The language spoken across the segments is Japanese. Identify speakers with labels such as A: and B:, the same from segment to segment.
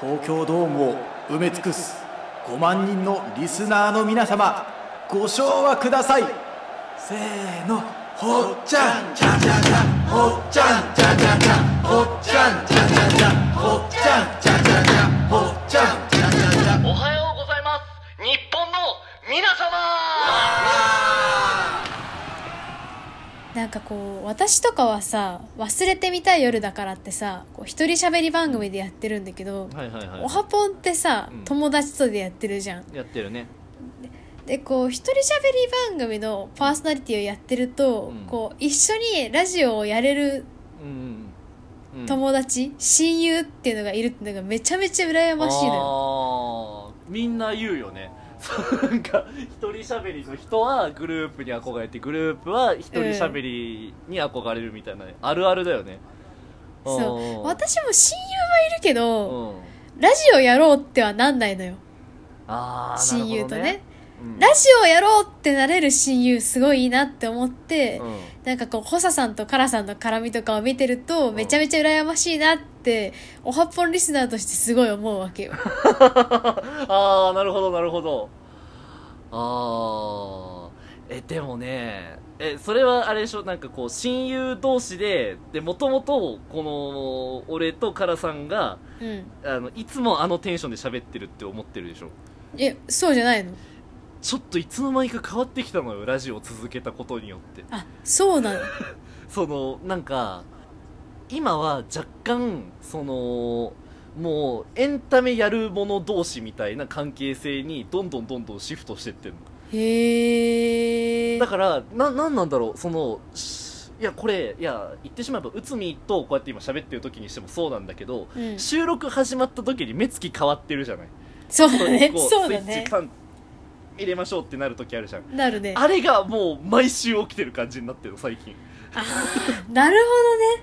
A: 東京ドームを埋め尽くす5万人のリスナーの皆様ご唱和くださいせーのほっちゃんちゃんちゃんちゃんほっちゃんちゃんちゃんちゃんほっちゃんちゃんちゃんちゃんほっちゃんちゃんちゃんちゃんほっちゃんちゃんちゃんちゃん
B: おはようございます日本の皆様
C: なんかこう私とかはさ「忘れてみたい夜」だからってさこう一人喋り番組でやってるんだけど、
D: はいはいはい
C: おはぽんってさ、
D: うん
C: 友達とでやってるじゃん
D: やってるね
C: でこう一人喋り番組のパーソナリティをやってると、
D: うん
C: こう一緒にラジオをやれる
D: うんうんうん
C: 友達、親友っていうのがいるっていうのがめちゃめちゃ羨ましいのよ
D: あーみんな言うよね なんか一人喋りの人はグループに憧れてグループは一人喋りに憧れるみたいな、あるあるだよね
C: そう
D: あー
C: 私も親友はいるけど、
D: うん
C: ラジオやろうってはなんないのよ
D: あー
C: 親友とね
D: なるほどね
C: ラジオやろうってなれる親友すごいいいなって思って、
D: うん
C: なんかこう、ホサさんとカラさんの絡みとかを見てると、めちゃめちゃ羨ましいなって、おはっぽんリスナーとしてすごい思うわけよ。
D: ああなるほどなるほどああえでもねえそれはあれでしょなんかこう親友同士ででもともとこの俺とカラさんが
C: うん。
D: あのいつもあのテンションで喋ってるって思ってるでしょ
C: え、そうじゃないの
D: ちょっといつの間にか変わってきたのよラジオを続けたことによって
C: あ、そうなの。
D: そのなんか今は若干そのもうエンタメやる者同士みたいな関係性にどんどんどんどんシフトしてってんの
C: へー。
D: だから、な、なんなんだろう、その、しいや、これ、いや、言ってしまえば、内海とこうやって今喋ってる時にしてもそうなんだけど、
C: うん。
D: 収録始まった時に目つき変わってるじゃない。
C: そうだ ね。
D: こ
C: そう
D: スイ
C: だ
D: ッ
C: ね
D: チ。パン入れましょうってなる時あるじゃん。
C: なるね。
D: あれがもう毎週起きてる感じになってるの、最近。
C: なる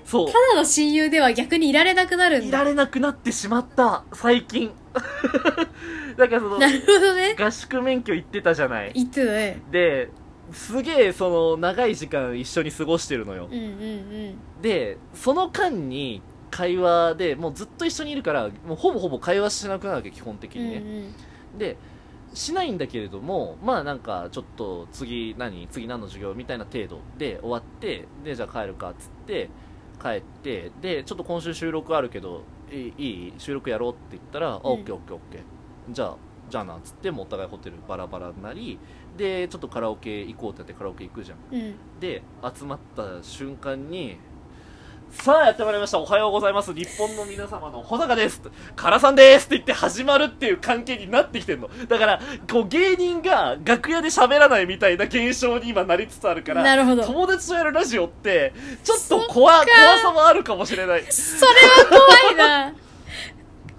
C: ほどね。
D: そう
C: た。だの親友では逆にいられなくなるん
D: い
C: だ。
D: られなくなってしまった、最近。 だからその
C: な、るほどね。
D: 合宿免許行ってたじゃない。
C: 言ってたね。
D: で、すげえ、その、長い時間一緒に過ごしてるのよ
C: う。んうんうん。
D: でその間に会話でもうずっと一緒にいるからもうほぼほぼ会話しなくなるわけ基本的
C: うん
D: にね、でしないんだけれどもまあなんかちょっと次何次何の授業みたいな程度で終わってでじゃあ帰るかっつって帰ってでちょっと今週収録あるけどいいいい収録やろうって言ったら、あ
C: うん
D: オッケーオッケーオッケーじゃあじゃあなっつってもうお互いホテルバラバラになりでちょっとカラオケ行こうってやってカラオケ行くじゃん
C: うん。うん。
D: で集まった瞬間にさあやってまいりましたおはようございます日本の皆様の穂坂です唐さんですって言って始まるっていう関係になってきてんのだからこう芸人が楽屋で喋らないみたいな現象に今なりつつあるから
C: なるほど
D: 友達とやるラジオってちょっと
C: そっか
D: 怖怖さもあるかもしれないうん
C: それは怖いな。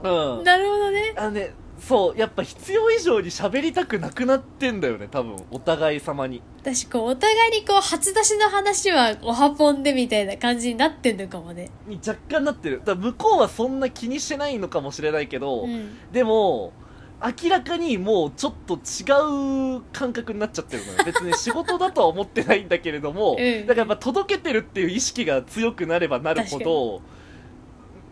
C: なるほどね。
D: あのねそうやっぱ必要以上に喋りたくなくなってんだよね多分お互い様に
C: 私こうお互いにこう初出しの話はおはぽんでみたいな感じになってんのかもね
D: に若干なってるだから向こうはそんな気にしてないのかもしれないけど、
C: うん
D: でも明らかにもうちょっと違う感覚になっちゃってるのよ別に仕事だとは思ってないんだけれども、
C: うん
D: だからやっぱ届けてるっていう意識が強くなればなるほど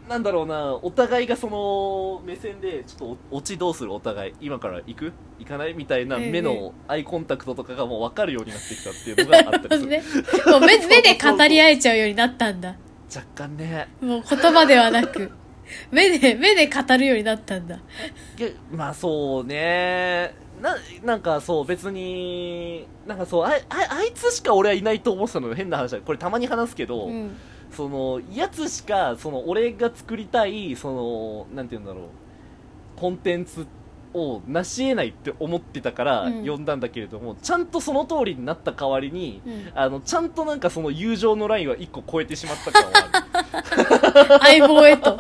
D: なんだろうなお互いがその目線でちょっとお落ちどうするお互い今から行く行かないみたいな
C: うんうん
D: 目のアイコンタクトとかがもう分かるようになってきたっていうのがあったりする、
C: ねもう目 目で語り合えちゃうようになったんだ
D: 若干ね
C: もう言葉ではな く目で目で語るようになったんだ
D: いやまあそうねななんかそう別になんかそうあいあいあいつしか俺はいないと思ってたのよ変な話だこれたまに話すけど、
C: うん
D: そのやつしかその俺が作りたいそのなんて言うんだろうコンテンツを成し得ないって思ってたから
C: うん
D: 呼んだんだけれども、ちゃんとその通りになった代わりに、
C: うん
D: あのちゃんとなんかその友情のラインは1個超えてしまった 感はあ
C: 相棒へと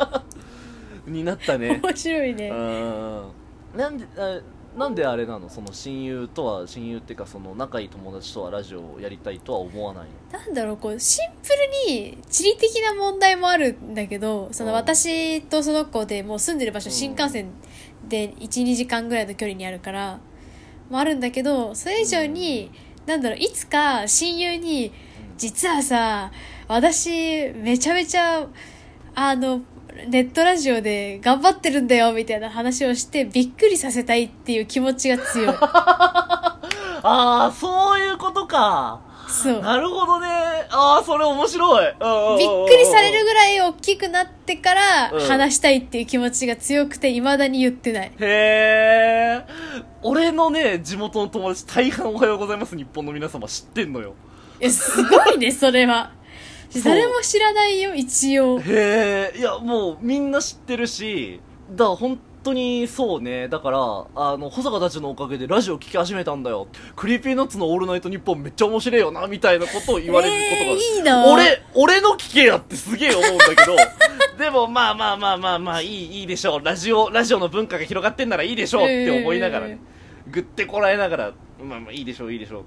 D: るになったね
C: 面白いね
D: うんなんであなんであれなのその親友とは親友っていうかその仲いい友達とはラジオをやりたいとは思わない
C: なんだろうこうシンプルに地理的な問題もあるんだけどその
D: うん
C: 私とその子でもう住んでる場所
D: うん
C: 新幹線で12時間ぐらいの距離にあるからもあるんだけどそれ以上に、なんだろういつか親友に「実はさ私めちゃめちゃあのネットラジオで頑張ってるんだよみたいな話をしてびっくりさせたいっていう気持ちが強 い
D: ああ、そういうことか。
C: そう
D: なるほどね。ああ、それ面白い。
C: びっくりされるぐらい大きくなってから
D: うん
C: 話したいっていう気持ちが強くていまだに言ってない
D: へえ。俺のね、地元の友達、大半おはようございます、日本の皆様知ってんのよ。
C: えすご いねそれは
D: そう
C: 誰も知らないよ一応
D: へえ。いや、もうみんな知ってるし、だから本当にそうね。だから、あの、保坂たちのおかげでラジオ聞き始めたんだよ。クリーピーナッツのオールナイト日本めっちゃ面白いよな、みたいなことを言われることが
C: え
D: ある。
C: ーいいな
D: 俺、俺の聞けやってすげえ思うんだけど、 でもまあまあまあまあまあ、いい、いいでしょう。ラジオ、ラジオの文化が広がってんならいいでしょうって思いながらね。ぐってこらえながら、まあまあいいでしょう、いいでしょ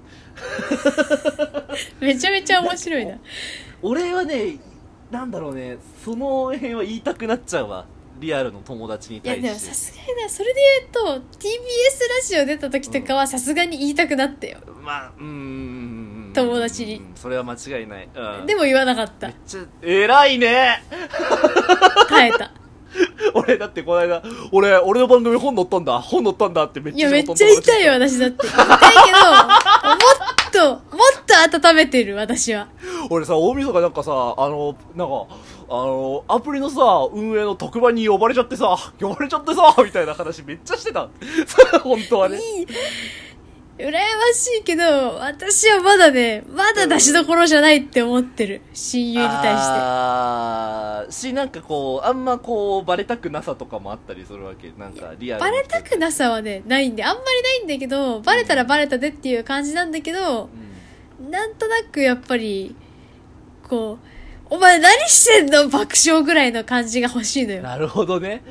D: う。
C: めちゃめちゃ面白い な
D: 俺はねなんだろうねその辺は言いたくなっちゃうわリアルの友達に
C: いや
D: 対
C: でもさ
D: して
C: すがになそれで言うと TBS ラジオ出た時とかはさすがに言いたくなったよ
D: まあうーん
C: 友達に
D: うんそれは間違いない、うん、
C: でも言わなかった
D: めっちゃ偉いね
C: 耐えた
D: 俺だってこの間俺俺の番組本載ったんだ本載ったんだってめっ
C: い
D: ち
C: や
D: ゃ
C: め
D: 地
C: っ
D: 元の
C: ちゃ
D: 友達
C: 痛いよ私だって痛いけどもっともっと温めてる私は
D: 俺さ大晦日なんかさあのなんかあのアプリのさ運営の特番に呼ばれちゃってさ呼ばれちゃってさみたいな話めっちゃしてた 本当はね
C: いい羨ましいけど私はまだねまだ出しどころじゃないって思ってる親友に対して
D: あーしなんかこうあんまこうバレたくなさとかもあったりするわけなんかリアル
C: バレたく
D: な
C: なさはねないんであんまりないんだけどバレたらバレたでっていう感じなんだけどなんとなくやっぱりこうお前何してんの爆笑ぐらいの感じが欲しいのよ
D: なるほ どね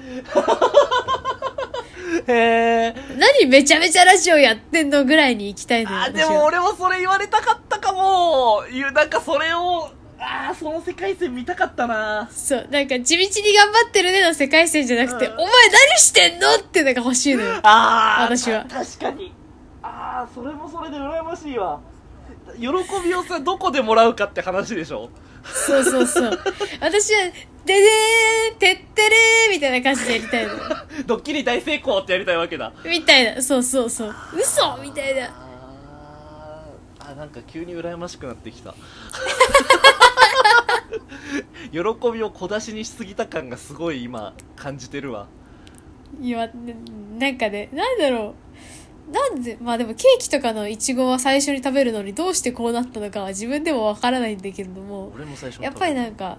D: へえ
C: 何めちゃめちゃラジオやってんのぐらいに行きたいのよ
D: あ
C: 私
D: で
C: は
D: も俺もそれ言われたかったかもいうなんかそれをああその世界線見たかったな
C: そう、なんか地道に頑張ってるねの世界線じゃなくて、
D: うん
C: お前何してんのってのが欲しいのよ。
D: ああ
C: 私は
D: 確かにああそれもそれで羨ましいわ喜びをさどこでもらうかって話でしょ
C: そうそうそう。私は、ででーん、てってれーみたいな感じでやりたいのよ。
D: ドッキリ大成功ってやりたいわけだ
C: みたいな、そうそうそう。嘘みたいな。
D: あーあなんか急に羨ましくなってきた喜びを小出しにしすぎた感がすごい今感じてるわ
C: いや、ななんかね、なんだろう。なんで、まあでもケーキとかのイチゴは最初に食べるのにどうしてこうなったのかは自分でもわからないんだけれども、
D: 俺も最初
C: やっぱり
D: な
C: なんか、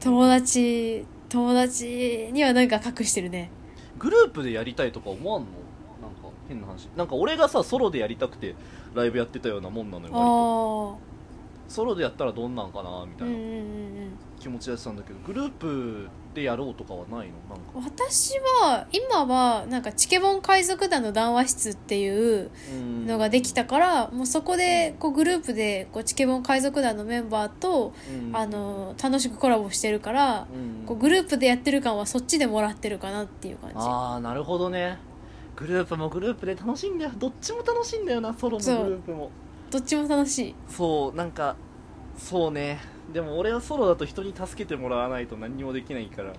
C: 友達、友達にはなんか隠してるね。
D: グループでやりたいとか思わんのなんか変な話なんか俺がさソロでやりたくてライブやってたようなもんなのよ
C: あ
D: 割と
C: あ。
D: ソロでやったらどんなんかなみた
C: う
D: い
C: んうん
D: な
C: うんうん。
D: 気持ちでやってたんだけど、グループでやろうとかはないのなんか、
C: 私は今はなんかチケボン海賊団の談話室っていう
D: うん
C: のができ、たから、もうそこでこうグループでこうチケボン海賊団のメンバーと、
D: うん
C: あ、の楽しくコラボしてるから、
D: うん
C: こうグループでやってる感はそっちでもらってるかなっていう感じ
D: ああなるほどねグループもグループで楽しいんだよどっちも楽しいんだよなソロもグ
C: そう
D: ループも
C: どっちも楽しい
D: そうなんかそうねでも俺はソロだと人に助けてもらわないと何にもできないからい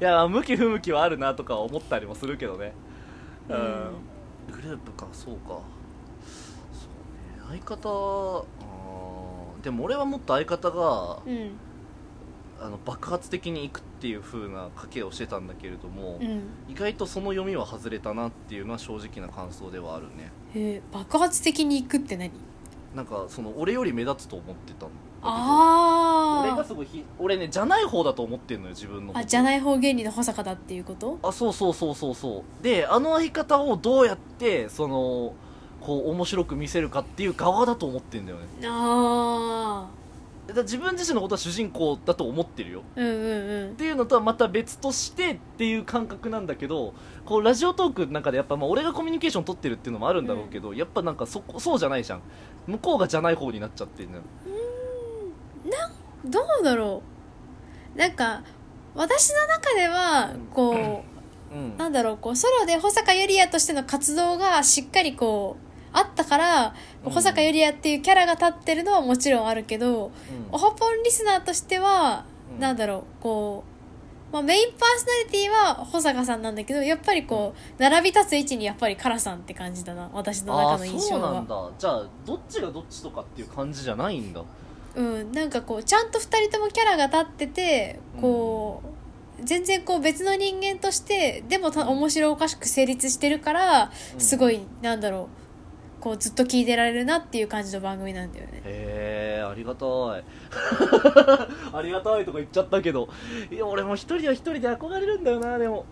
D: や向き不向きはあるなとか思ったりもするけどねうん、
C: うん
D: グループかそうかそうね相方あーでも俺はもっと相方が
C: うん
D: あの爆発的に行くっていう風な賭けをしてたんだけれども、
C: うん
D: 意外とその読みは外れたなっていうのは正直な感想ではあるね
C: えー爆発的に行くって何
D: なんかその俺より目立つと思ってたの俺が
C: あ
D: すごいひ俺ねじゃない方だと思ってんのよ自分の
C: ああじゃないい方芸人の保坂だっていうこと
D: あそうそうそうそうそうであの相方をどうやってそのこう面白く見せるかっていう側だと思ってんだよね
C: ああ
D: だから自分自身のことは主人公だと思ってるよ
C: うんうんうん
D: っていうのとはまた別としてっていう感覚なんだけどこうラジオトークの中でやっぱまあ俺がコミュニケーション取ってるっていうのもあるんだろうけど、やっぱなんかそこそうじゃないじゃん向こうがじゃない方になっちゃってるのよ
C: どうだろうなんか私の中ではこ
D: うん
C: うなんだろうこうソロで保坂ゆりやとしての活動がしっかりこうあったから
D: うん
C: 保坂ゆりやっていうキャラが立ってるのはもちろんあるけど
D: うん
C: おはぽんリスナーとしては
D: うん
C: なんだろうこう、まあ、メインパーソナリティは保坂さんなんだけどやっぱりこう並び立つ位置にやっぱりカラさんって感じだな私の
D: あ
C: 中の
D: あー
C: 印
D: そ
C: 象
D: うなん
C: は
D: だじゃあどっちがどっちとかっていう感じじゃないんだ
C: うん、なんかこうちゃんと2人ともキャラが立っててこう、全然こう別の人間としてでもた面白おかしく成立してるから、
D: うん
C: すごいなんだろうこうずっと聞いてられるなっていう感じの番組なんだよね
D: へえありがたい ありがたいとか言っちゃったけどいや俺も一人は一人で憧れるんだよなでも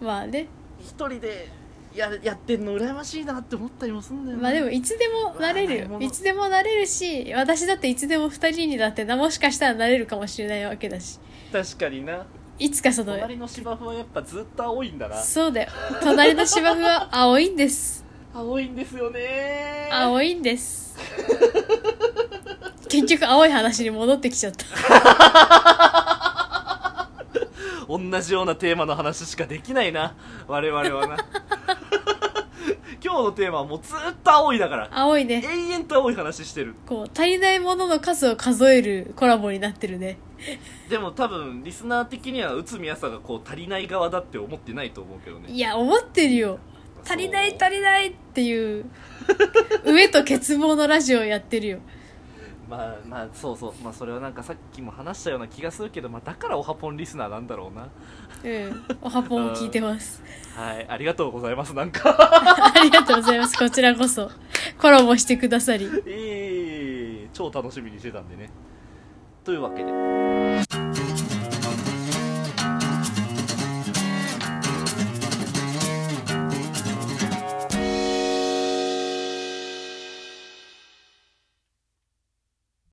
C: まあね
D: 一人でややってんの羨ましいなって思ったりもすんだよな
C: まあでもいつでもなれる
D: まあ
C: よいつでもなれるし私だっていつでも2人にだってなもしかしたらなれるかもしれないわけだし
D: 確かにない
C: つかその
D: 隣の芝生はやっぱずっと青いんだな
C: そうだよ隣の芝生は青いんです
D: 青いんですよね
C: 青いんです結局青い話に戻ってきちゃった
D: 同じようなテーマの話しかできないな我々はな 今日のテーマはもうずっと青いだから
C: 青いね
D: 永遠と青い話してる
C: こう足りないものの数を数えるコラボになってるね
D: でも多分リスナー的には内海朝がこう足りない側だって思ってないと思うけどね
C: いや思ってるよ足りない足りないっていう上と欠乏のラジオをやってるよ
D: まあまあそうそうまあそれはなんかさっきも話したような気がするけど、まあ、だからオハポンリスナーなんだろうな
C: うんおはぽんを聞いてます
D: はいありがとうございますなんか
C: ありがとうございます。こちらこそ。コラボしてくださり。
D: いい超楽しみにしてたんでねというわけで